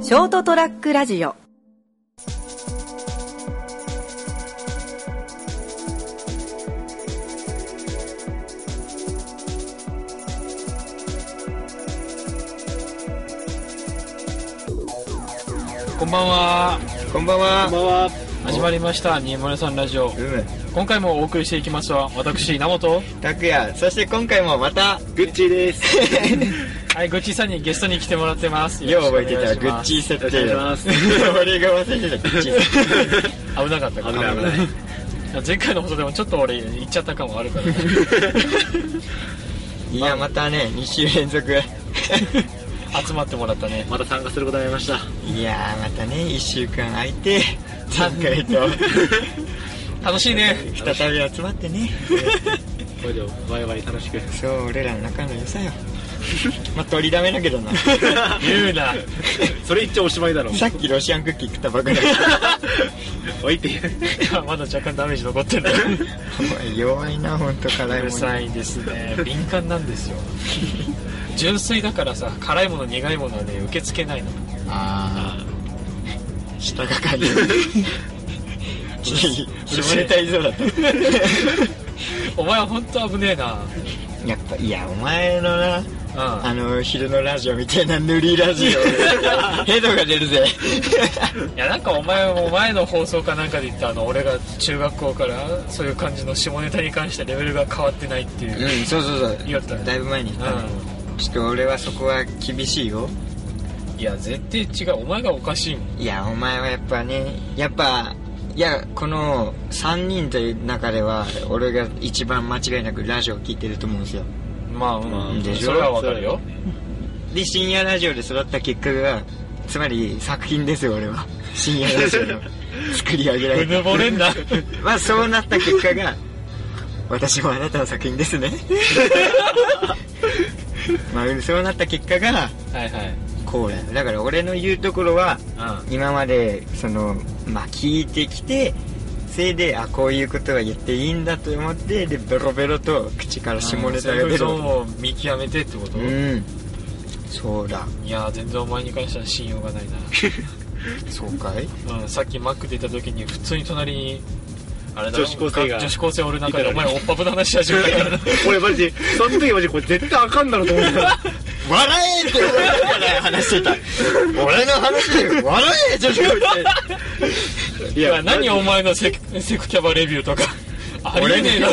ショートトラックラジオこんばんは。こんばんこんばは。んは。始まりました、にえまるさんラジオう。む、今回もお送りしていきますは、私、稲本。たくや、そして今回もまた、グッチーです。はい、ぐっちーさんにゲストに来てもらってます。 よう覚えてた、グッチー。ー設お願定いしだま。す俺が忘れてた、グッチー設定。危なかったか危ない危ない前回のことでもちょっと俺、言っちゃった感もある から、ね。 いや、またね、2週連続。 集まってもらったね。また参加することになりました。いやー、またね、1週間空いて、前回 と、楽しいね。再び集まってね。これでワイワイ楽しく。そう、俺らの仲の良さよ。 まあ、取りだめだけどな。言うな。 それ一応おしまいだろ。さっきロシアンクッキー食った ばっかりだおいって。まだ若干ダメージ残ってる。お前弱いな、ほんと、う辛いるもんさいですね。敏感なんですよ。純粋だからさ、辛いもの、苦いものはね、受け付けないの。ああー、下がかり。絞れたいそうだった。お前は本当危ねえな。やっぱ、いや、お前のな、うん。あの昼のラジオみたいな塗りラジオ ヘドが出るぜいやなんかお前も前の放送かなんかで言ったあの俺が中学校からそういう感じの下ネタに関してレベルが変わってないっていうう、んそうそうそう言おったねだいぶ前に言ったね、ちょっと俺はそこは厳しいようん、いや絶対違うお前がおかしいもんいやお前はやっぱねやっぱいやこの3人という中では俺が一番間違いなくラジオを聞いてると思うんですよまあうん、でしょそれはわかるよで深夜ラジオで育った結果がつまり作品ですよ俺は深夜ラジ オの作り上げらうれぬたぼれんなまあそうなった結果が私もあなたの作品で すねまあそうなった結果がはいはいこうだよだから俺の言うところはう今までそのまあ聞いてきてそれであこういうことは言っていいんだと思ってでベロベロと口からん下ネタそうがいう出ゾるーンを見極めてってこと、うんそうだいや全然お前に関しては信用がないそうかいな、うん、さっきマックでいた時に普通に隣にあれだろ女子高生が女子高生俺なんかでお前おっぱぶの話し始めたからなあ。 俺マジ、その時マジ、これ絶対あかんだろうと思ってた。笑えって思いながら話してた俺の話で笑え女子高生いいや何お前。前のセクセクキャバレビュー とかありえねえな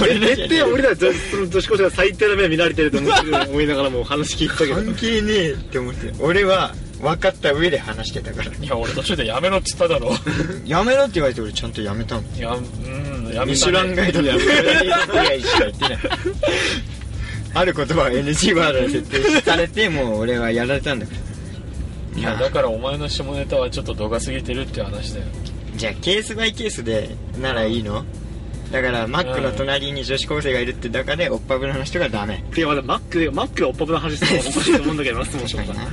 俺ね絶対俺ら女その女子高生が最低な目で見られてると思って思いながらもう話聞いて たけど関係ねえって思って俺は分かった上で話してたからいや俺途中でやめろっつっただろやめろって言われて俺ちゃんとやめたもんいやうんやめたねミシュランガイドではそれでいいぐらいしか言ってないある言葉は NG ワードに設定されてもう俺はやられたんだからいやだからお前の下ネタはちょっと度が過ぎてるって話 だよじゃあケースバイケースでならいいのだからマックの隣に女子高生がいるって中でおっぱぶの話とかダメいやまだマックでマックがおっぱぶの話してたらおかしいと思うんだけどなそもそ確もかにな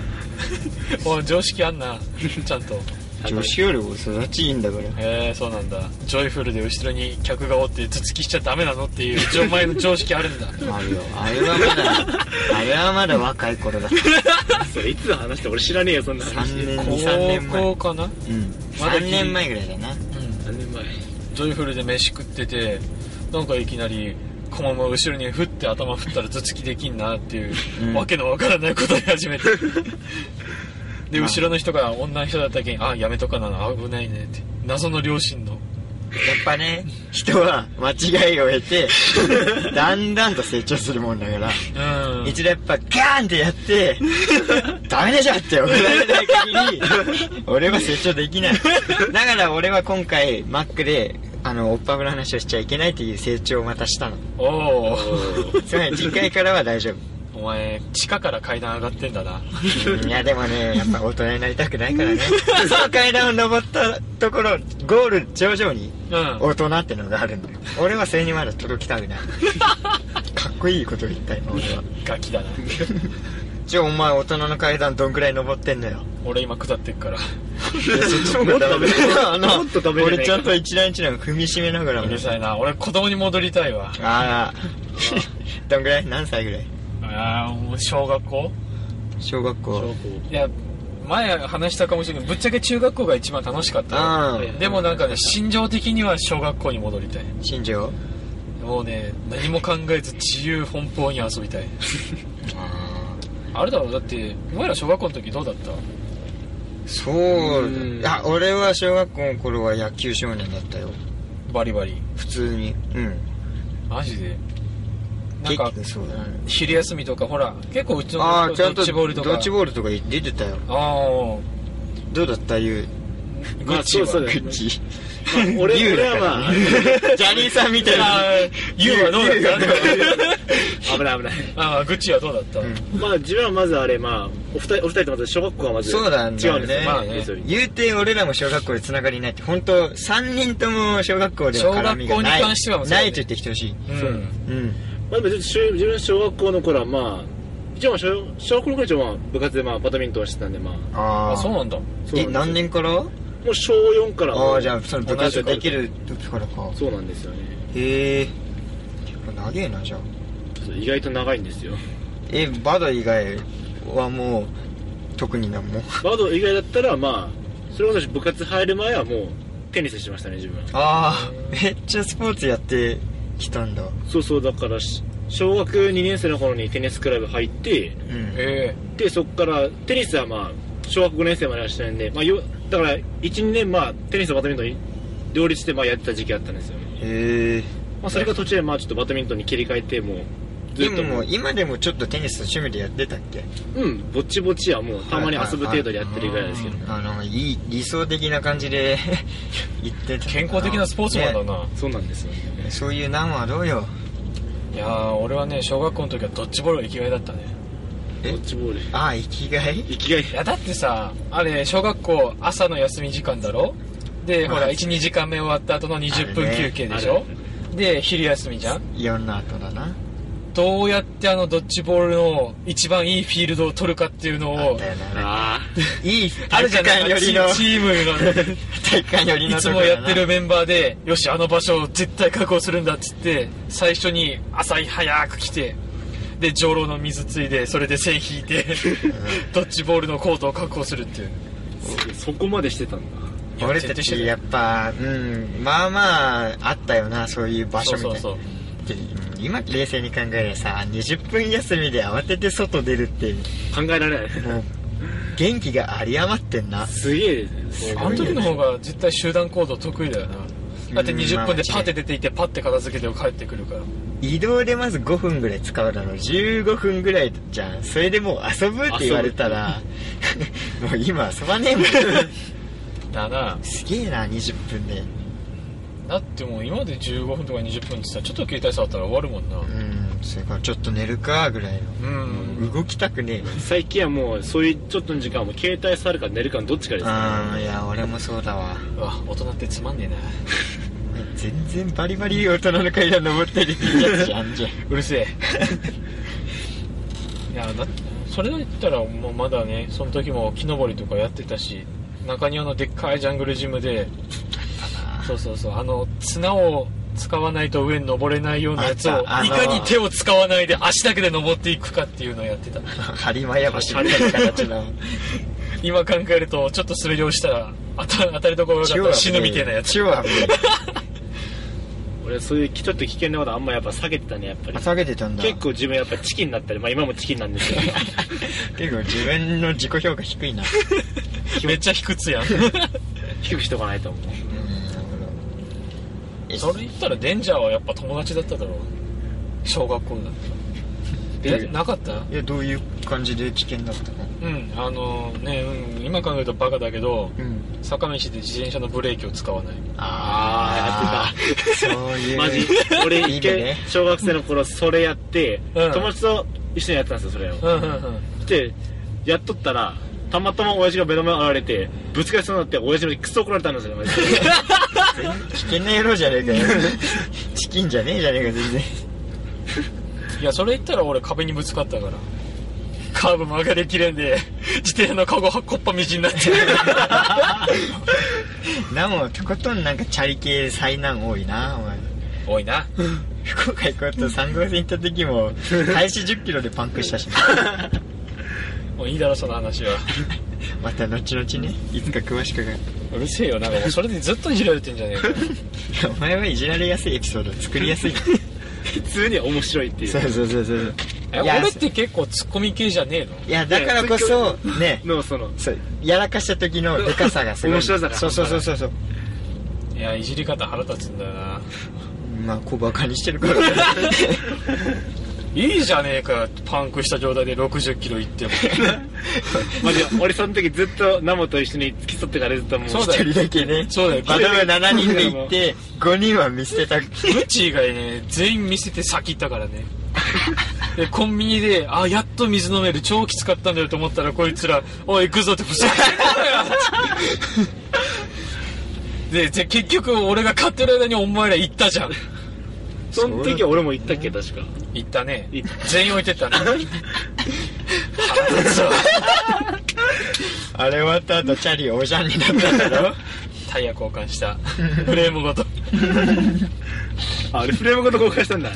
おい常識あんなちゃんと女子よりお育ちいいんだからへえそうなんだジョイフルで後ろに客がおって頭突きしちゃダメなのっていう一応お前の常識ある んだあるよあれはまだあれはまだ若い頃だったそれいつの話って俺知らねえよそんな話3年高23年前校かな、うん、うんまだ聞い3年前ぐらいだな何年前ジョイフルで飯食っててなんかいきなりこのまま後ろに振って頭振ったら頭突きできんなっていう、うんわけのわからないことを言い始め てでまあ後ろの人が女の人だったけんあやめとかなの危ないねって謎の両親のやっぱね、人は間違いを 経て、だんだんと成長するもんだから、うん一度やっぱガーンって やって、ダメでしょって怒られない限り、俺は成長できない。だから俺は今回、マックで、あの、おっぱぶの話をしちゃいけないという成長をまたしたの。おおつまり次回からは大丈夫。お前地下から階段上がってんだなうん いやでもね、やっぱ大人になりたくない からね。その階段を登ったところ、ゴール頂上に、うん大人ってのがあるんだよ俺はそれにまだ届きたく ないかっこいいこと言った今俺はガキだなじゃあお前大人の階段どんくらい登ってんの よ俺今下ってっからいやそっちの方もっとがダメだあのもっとダメじゃないか俺ちゃんと一段一段踏みしめながらうもるさいな俺子供に戻りたいわあら どんくらい何歳ぐらいああもう小学校小学校校いや前話したかもしれないぶっちゃけ中学校が一番楽しかったうんでもなんかね心情的には小学校に戻りたい新庄もうね何も考えず自由奔放に遊びたいあれだろだってお前ら小学校の時どうだったそううんあ俺は小学校の頃は野球少年だったよバリバリ普通にうんマジでなん結か構そうだね昼休みとかほら結構うちのああ学ちゃ校んドとッジボールとかドッジボールとか出てたよあどうだったゆうあまあそうそうグだよねッチ俺竜俺だからはまあね ジャニーさんみたいなユウはどうだった危ない危ないああグッチはどうだった、うんまあ自分はまずあれまあお二人お二人とまず小学校はまずそうなんだよね違うんですよまあね要するに言うて俺らも小学校でつながりないって本当三3人とも小学校では絡みがない小学校に関してはそうだねないと言ってきてほしいうんうんまあでも自分自分小学校の頃はまあ一応小小学校の頃一応まあ部活でまあバドミントンしてたんでまあああそうのなんだそうえなんですよ何年からもう小4からああじゃあその部活でき同じる時からかからそうなんですよねへえ結構長えなじゃあそう意外と長いんですよえバド以外はもう特になんもバド以外だったらまあそれこそ部活入る前はもうテニスしてましたね自分ああめっちゃスポーツやってきたんだそうそうだからし小学2年生の頃にテニスクラブ入ってうんえでそこからテニスはまあ小学5年生まではしてないんで、まあ、よだから12年まあテニスとバドミントンに両立してまあやってた時期あったんですよね、へえまあ、それが途中でまあちょっとバドミントンに切り替えてもうずでっともももうう今でもちょっとテニス趣味でやってたっけうんぼちぼちはもうたまに遊ぶ程度でやってるぐらいですけどあのいい理想的な感じで 言ってたえ健康的なスポーツマンだねな、そうなんですよねそういう難はどうよいやー俺はね小学校の時はドッジボールが生きがいだったねぼちぼちああ生きがい生きがいいやだってさあれ小学校朝の休み時間だろでほまらあ12時間目終わった後の20あ分るね休憩でしあょるで昼休みじゃんイオンの後だなどうやってあのドッジボールの一番いいフィールドを取るかっていうのあっをたよなああれいいあ体る育じゃない館か寄チりのチームの体育館寄りいのつとこもろだなやってるメンバーでよしあの場所を絶対確保するんだっつって最初に朝早く来てで上炉の水ついでそれで線引い てドッジボールのコートを確保するっていうあそこまでしてたんだ俺たちやっぱうんまあまああったよなそういう場所そうみたいそなうそうで今冷静に考えればさ20分休みで慌てて外出るって考えられないもう元気が有り余ってんなすげえですねあの時の方が絶対集団行動得意だよなだってうん20分でまあパッて出ていってパッて片付けて帰ってくるから移動でまず5分ぐらい使うだろう15分ぐらいじゃんそれでもう遊ぶって言われたら もう今遊ばねえもんだなすげえな20分でだってもう今まで15分とか20分ってさちょっと携帯触ったら終わるもんなうんそれからちょっと寝るかぐらいうんの動きたくねえよ最近はもうそういうちょっとの時間はもう携帯触るか寝るかのどっちかですねああいや俺もそうだわうわ大人ってつまんねえ全然バリバリ大人の階段登ったりってやつじゃんじゃんなうるせえいやだってそれだったらもうまだねその時も木登りとかやってたし中庭のでっかいジャングルジムでそうそうそうあの綱を使わないと上に登れないようなやつをあっいたあかのに手を使わないで足だけで登っていくかっていうのをやってた 針前橋みたいな形の今考えるとちょっと滑り落ちたら当た当たりどころが良かったら死ぬみたいなやつ超危ね俺そういうきちょっと危険なことあんまやっぱ避けてたねやっぱえり下げてたんだ結構自分やっぱチキンになったりまあ今もチキンなんです けど結構自分の自己評価低いなめっちゃ卑屈 やん低くしとかないと思ううんなるそれ言ったらデンジャーはやっぱ友達だっただろう小学校だったらデンジえャーなかったいやどういう感じで危険だったのうんあのね、うん、今考えるとバカだけどうん坂道で自転車のブレーキを使わないあーあやってそういうマジ俺いい一ね回小学生の頃それやってうん友達と一緒にやってたんですよそれをうんうんうんでやっとったらたまたま親父が目の前に現れてぶつかりそうになって親父にクソ怒られたんですよマジで危険な野郎じゃねえかよチキンじゃねえじゃねえか全然いやそれ言ったら俺壁にぶつかったからカーブ曲がりきれんで自転車のカゴはこっぱみじんになってなもとことんなんかチャリ系災難多いなお前 多いな福岡行こうと3号線行った時も開始1 0キロでパンクしたしなもういいだろその話はまた後々ねいつか詳しくがうるせえよなんかもうそれでずっ といじられてんじゃねえかお前はいじられやすいエピソード作りやすい普通には面白いってい そううそうそうそうえいや俺って結構ツッコミ系じゃねえのいやだからこ そねのそのそうやらかした時のでかさがす ごい面白さがそうそうそうそうそういやいじり方腹立つんだよなまあ小バカにしてるからいいじゃねえかよパンクした状態で6 0キロいってもマジで俺その時ずっとナモと一緒に付き添ってからずっともうそうだ一よ人だけねそうだよバド部7人で行って5人は見捨てたムッチ以外ね全員見せて先行ったからねでコンビニであやっと水飲める超きつかったんだよと思ったらこいつら「おい行くぞ」って先行ったよでで結局俺が買ってる間にお前ら行ったじゃんその時は俺も行ったっけ確か行ったね行っ全員置いてったね腹立つわあれ終わった後チャリおじゃんになったんだろタイヤ交換したフレームごとあれフレームごと公開したんだ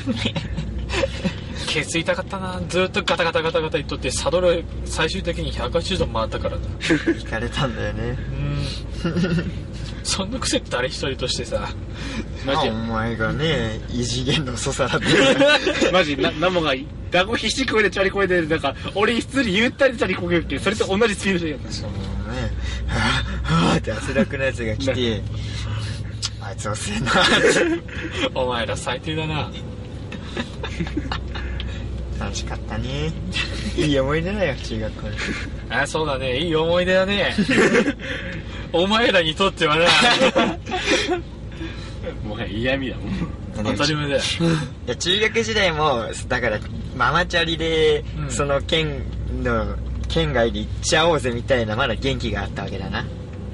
ケツ痛かったなずっとガタガタガタガタ言っとってサドル最終的に180度回ったからな行かれたんだよねうんそんな癖誰一人としてさマジあお前がね異次元の遅さだ ってマジなナモがダゴ必死こいでチャリこいでなんか俺普通にゆったりチャリこげるけどそれと同じスピードでやったそのね はぁはぁって汗だくのやつが来てあいつ遅えなって お前ら最低だな楽しかったねいい思 い出だよ中学校の時あそうだねいい思い出だ ねお前らにとって はなもはや嫌味だもん当たり前だ よいや中学時代もだからママチャリで、うんその県の県外で行っちゃおうぜみたいなまだ元気があったわけだな も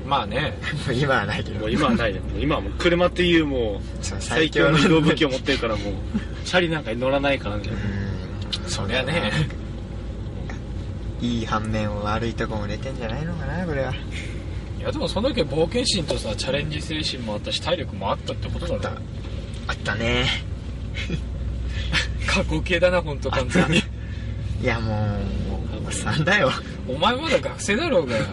まあねう今はないけもどう今はないねもう今はもう車っていうもうそう最強の移動武器を持ってるからもうチャリなんかに乗らないからねうんそりゃねいい反面悪いとこも出てんじゃないのかなこれはいやでもそんだけ冒険心とさチャレンジ精神もあったし体力もあったってことだあったろあったね過去形だな本当完全 にいやもうおばさんだよお前まだ学生だろうがよ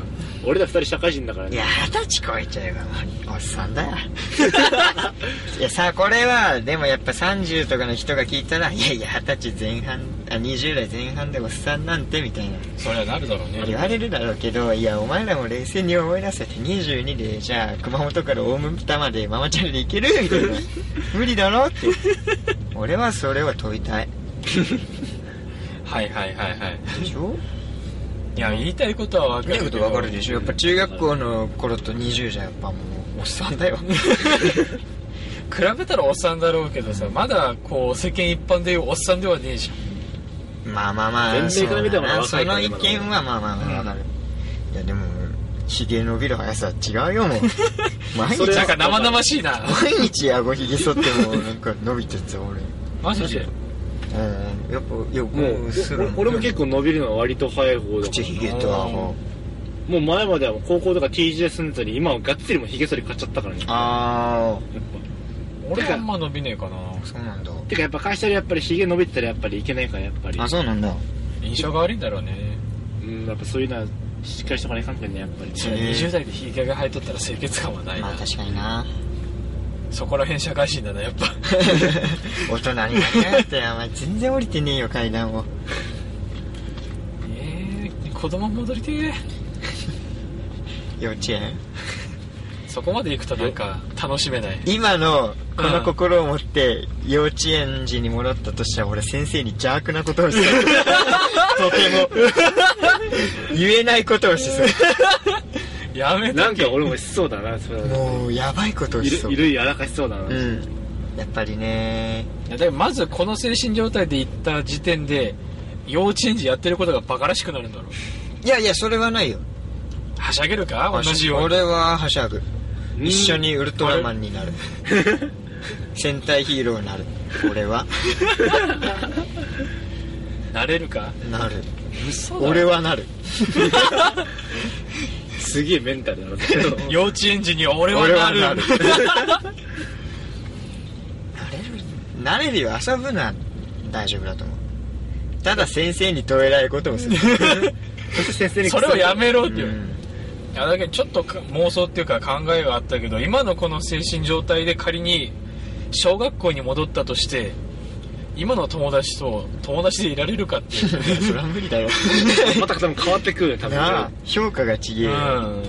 俺ら二人社会人だからいねや二十歳超えちゃえばもうおっさんだよ いやさこれはでもやっぱ30とかの人が聞いたらいやいや二十歳前半あ20代前半でおっさんなんてみたいなそりゃなるだろうね言われるだろうけどいやお前らも冷静に思い出せて22でじゃあ熊本から大牟田までママチャリで行けるみたい な無理だろって俺はそれを問いたいはいはいはいはいでしょいや言いたいことは分かるけどょやっぱ中学校の頃と20じゃやっぱもうおっさんだよ 比べたらおっさんだろうけどさまだこう世間一般でいうおっさんではねえじまあまあまあ全然から見てもそうだな若いそかのら意見はまあまあまあわかる、いやでもひげ伸びる速さは違うよ もう毎そゃんれな日はんか生々しいな毎日顎ひげ剃ってもなんか 伸びてっつよ俺マジでうんやっぱよくもうお俺も結構伸びるのは割と早い方だか口らひげと顎もう前までは高校とか T 字で住んでたり今はがっつりもひげ剃り買っちゃったからねあやっ俺はあんま伸びねえかなあそうなんだぱてかやっぱ会社でやっぱりひげ伸びてたらやっぱりいけないからやっぱりあそうなんだ印象が悪いんだろうねうんやっぱそういうのはしっかりしとかない関係ねやっぱりへえ20代でひげが生えとったら清潔感はないまあな確かになそこら辺社会人だなやっぱ大人になりやがったよお前全然降りてねえよ階段をええ子供戻りてえ幼稚園そこまで行くとなんか楽しめない今のこの心を持って幼稚園児に戻ったとしたら俺先生に邪悪なことをしそうとても言えないことをしそやめたなんか俺もしそうだなそれうはもうやばいことをいしそるういるやらかしそうだな、うんやっぱりねだからまずこの精神状態で行った時点で幼稚園児やってることがバカらしくなるんだろういやいやそれはないよはしゃげるか同じように俺ははしゃぐうん一緒にウルトラマンになる戦隊ヒーローになる俺はなれるかなる嘘だ俺はなるすげえメンタルだな 幼稚園児に俺はなる俺はなるなれるなれるよ遊ぶなら大丈夫だと思うただ先生に問えないこともする、 そして先生 にそれをやめろって言うう、ん、いやだけどちょっとか妄想っていうか考えがあったけど今のこの精神状態で仮に小学校に戻ったとして今の友達と友達でいられるかっていうそれは無理だ よまた多分変わってくるよ多分なあ評価がちげえうよ、ん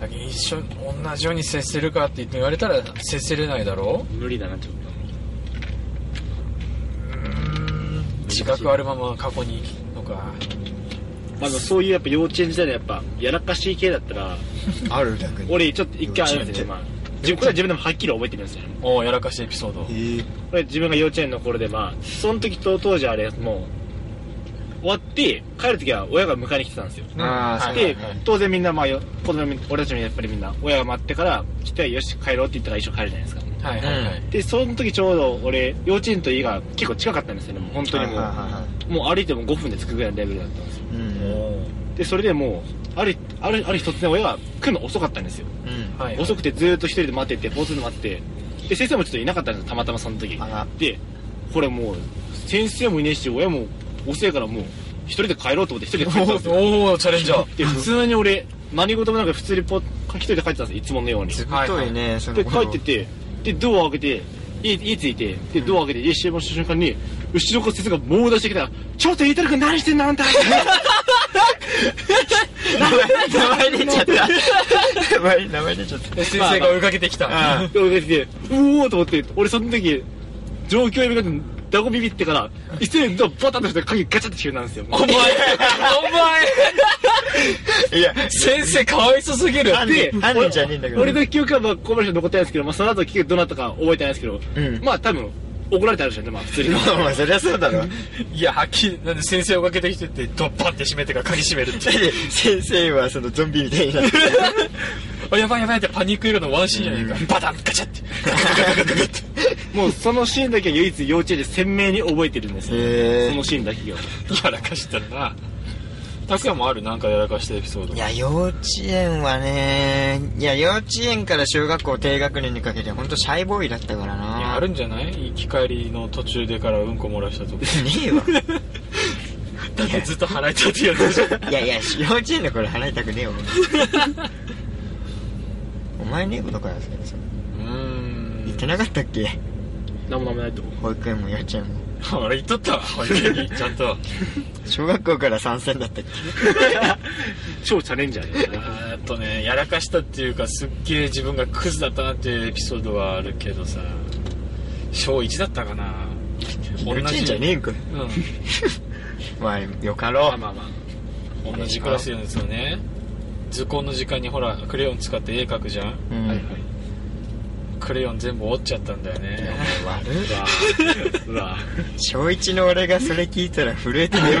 だけど一緒同じように接せるかって言って言われたら接せれないだろ無理だなちょっとううん自覚あるまま過去に生きるのかまあでもそういうやっぱ幼稚園時代のやっぱやらかしい系だったらあるだけ俺ちょっと一回あるんですよ幼まあ自分これは自分でもはっきり覚えてるんですよおうやらかしエピソードえーこれ自分が幼稚園の頃でまあその時と当時あれもう終わって帰る時は親が迎えに来てたんですよあーうんはで、いはいはい当然みんなまあよ子供み俺たちもやっぱりみんな親が待ってから来てよし帰ろうって言ったから一緒に帰るじゃないですかはいはいはいでその時ちょうど俺幼稚園と家が結構近かったんですよねもう本当にもはいはいはうもう歩いても5分で着くぐらいのレベルだったんですよいうんおうでそれでもうあるあるある日突然親が来るの遅かったんですようんはいはい遅くてずーっと一人で待ってて交通で待っててで先生もちょっといなかったんですよたまたまその時あらでこれもう先生もいねえし親も遅いからもう一人で帰ろうと思って一人で帰ったんですよおおチャレンジャーで普通に俺何事もなく普通にポッ一人で帰ってたんですよいつものようにずぶといね、そので帰っててでドア開けて家家着いてでドア開けて家閉めした瞬間に後ろから先生が猛出してきたら「ちょっとイータル君何してんのあんた」名前出ちゃった名前名前出ちゃっで先生が追いかけてきた、たうんで俺出ててうおーと思って俺その時状況やめかってダゴビビってから一斉にドアバタッとして鍵ガチャって閉めたんですよお前お前いや先生かわいそすぎるあで犯人じゃねえんだけど俺の記憶はまあここまでしか残ってないんですけど、まあ、その後結局どうなったか覚えてないですけど、うんまあ多分怒られたんでしょうねまあ普通にまあまあそりゃそうだろだっいやはっきりなんで先生追いかけてきてってドッパンって閉めてから鍵閉めるってて先生はそのゾンビみたい になってるあやばいやばいってパニック色のワンシーンじゃないかバタンガチャってガガガガガって もうそのシーンだけは唯一幼稚園で鮮明に覚えてるんですよへーそのシーンだけがやらかしたな拓也もあるなんかやらかしたエピソードいや幼稚園はねいや幼稚園から小学校低学年にかけて本当シャイボーイだったからいやなあるんじゃない行き帰りの途中でからうんこ漏らしたとかねえわだってずっと払いたってやつでしょいやいや幼稚園の頃払いたくねえわお前ねえことからですけどそれうん言ってなかったっけ何も何もないと 保育園も幼稚園もあれ言っとったわ本当にちゃんと小学校から参戦だったっけ超チャレンジャーだよなあーっとねやらかしたっていうかすっげえ自分がクズだったなっていうエピソードはあるけどさ小1だったかな幼稚園じゃねえんかまあよかろまうあまあまあうん、同じクラスなんですよね図工の時間にほらクレヨン使って絵描くじゃんうんはいはいクレヨン全部折っちゃったんだよね悪うわーうわーい小一の俺がそれ聞いたら震えて 眠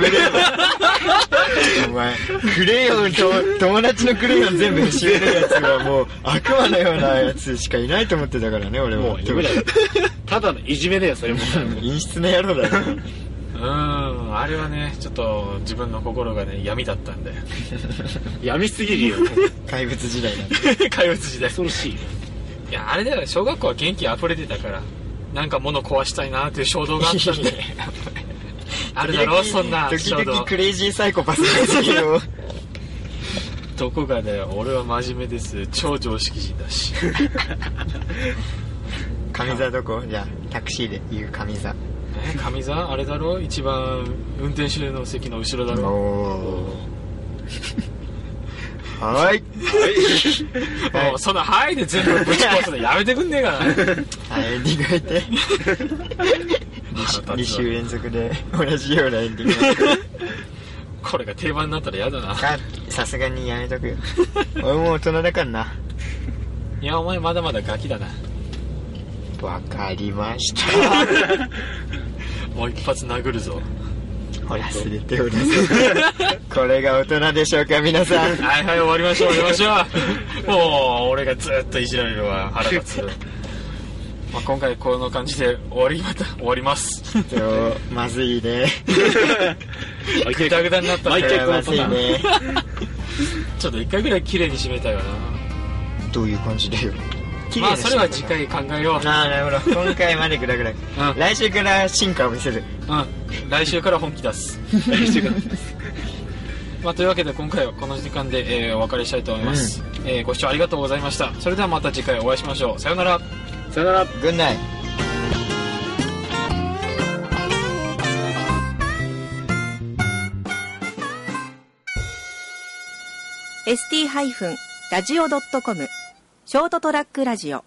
れよお前クレヨンと友達のクレヨン全部知れるやつはもう悪魔のようなやつしかいないと思ってたからね俺はもう夢だよただのいじめだよ それも陰湿な野郎だなうんあれはねちょっと自分の心がね闇だったんだよ やみすぎるよ怪物時代だ怪物時代恐ろしいよいやあれだよ小学校は元気溢れてたからなんか物壊したいなっていう衝動があったんで あるだろう そんな時衝々動クレイジーサイコパスです けどどこがだよ俺は真面目です超常識人だし上座どこじゃあタクシーで言う上座え上座あれだろ一番運転手の席の後ろだおろお はーい はいもうその「はい」で全部ぶち壊すのやめてくんねえか なはい、エンディング入って腹2立つわ週連続で同じようなエンディングこれが定番になったら嫌だなあさすがにやめと くよ俺もう大人だからないやお前まだまだガキだなわかりました もう一発殴るぞほら忘れてお りますこれが大人でしょうか皆さんはいはい終わりましょう終わりましょ うもう俺がずっといじられるわ腹立つまあ今回この感じで終わりまた終わりますちょっとまずいね毎グダグダになったね毎これ回はこのまパタずいーンねちょっと一回ぐらい綺麗に締めたいかなどういう感じだよ綺麗まなあそれは次回考えようああなるほど今回までグラグラ うん来週から進化を見せるうん来週から本気出す、来週からまあ、というわけで今回はこの時間で、えーお別れしたいと思います、えーご視聴ありがとうございましたそれではまた次回お会いしましょうさようならさよならグンナイー ST-radio.com ショートトラックラジオ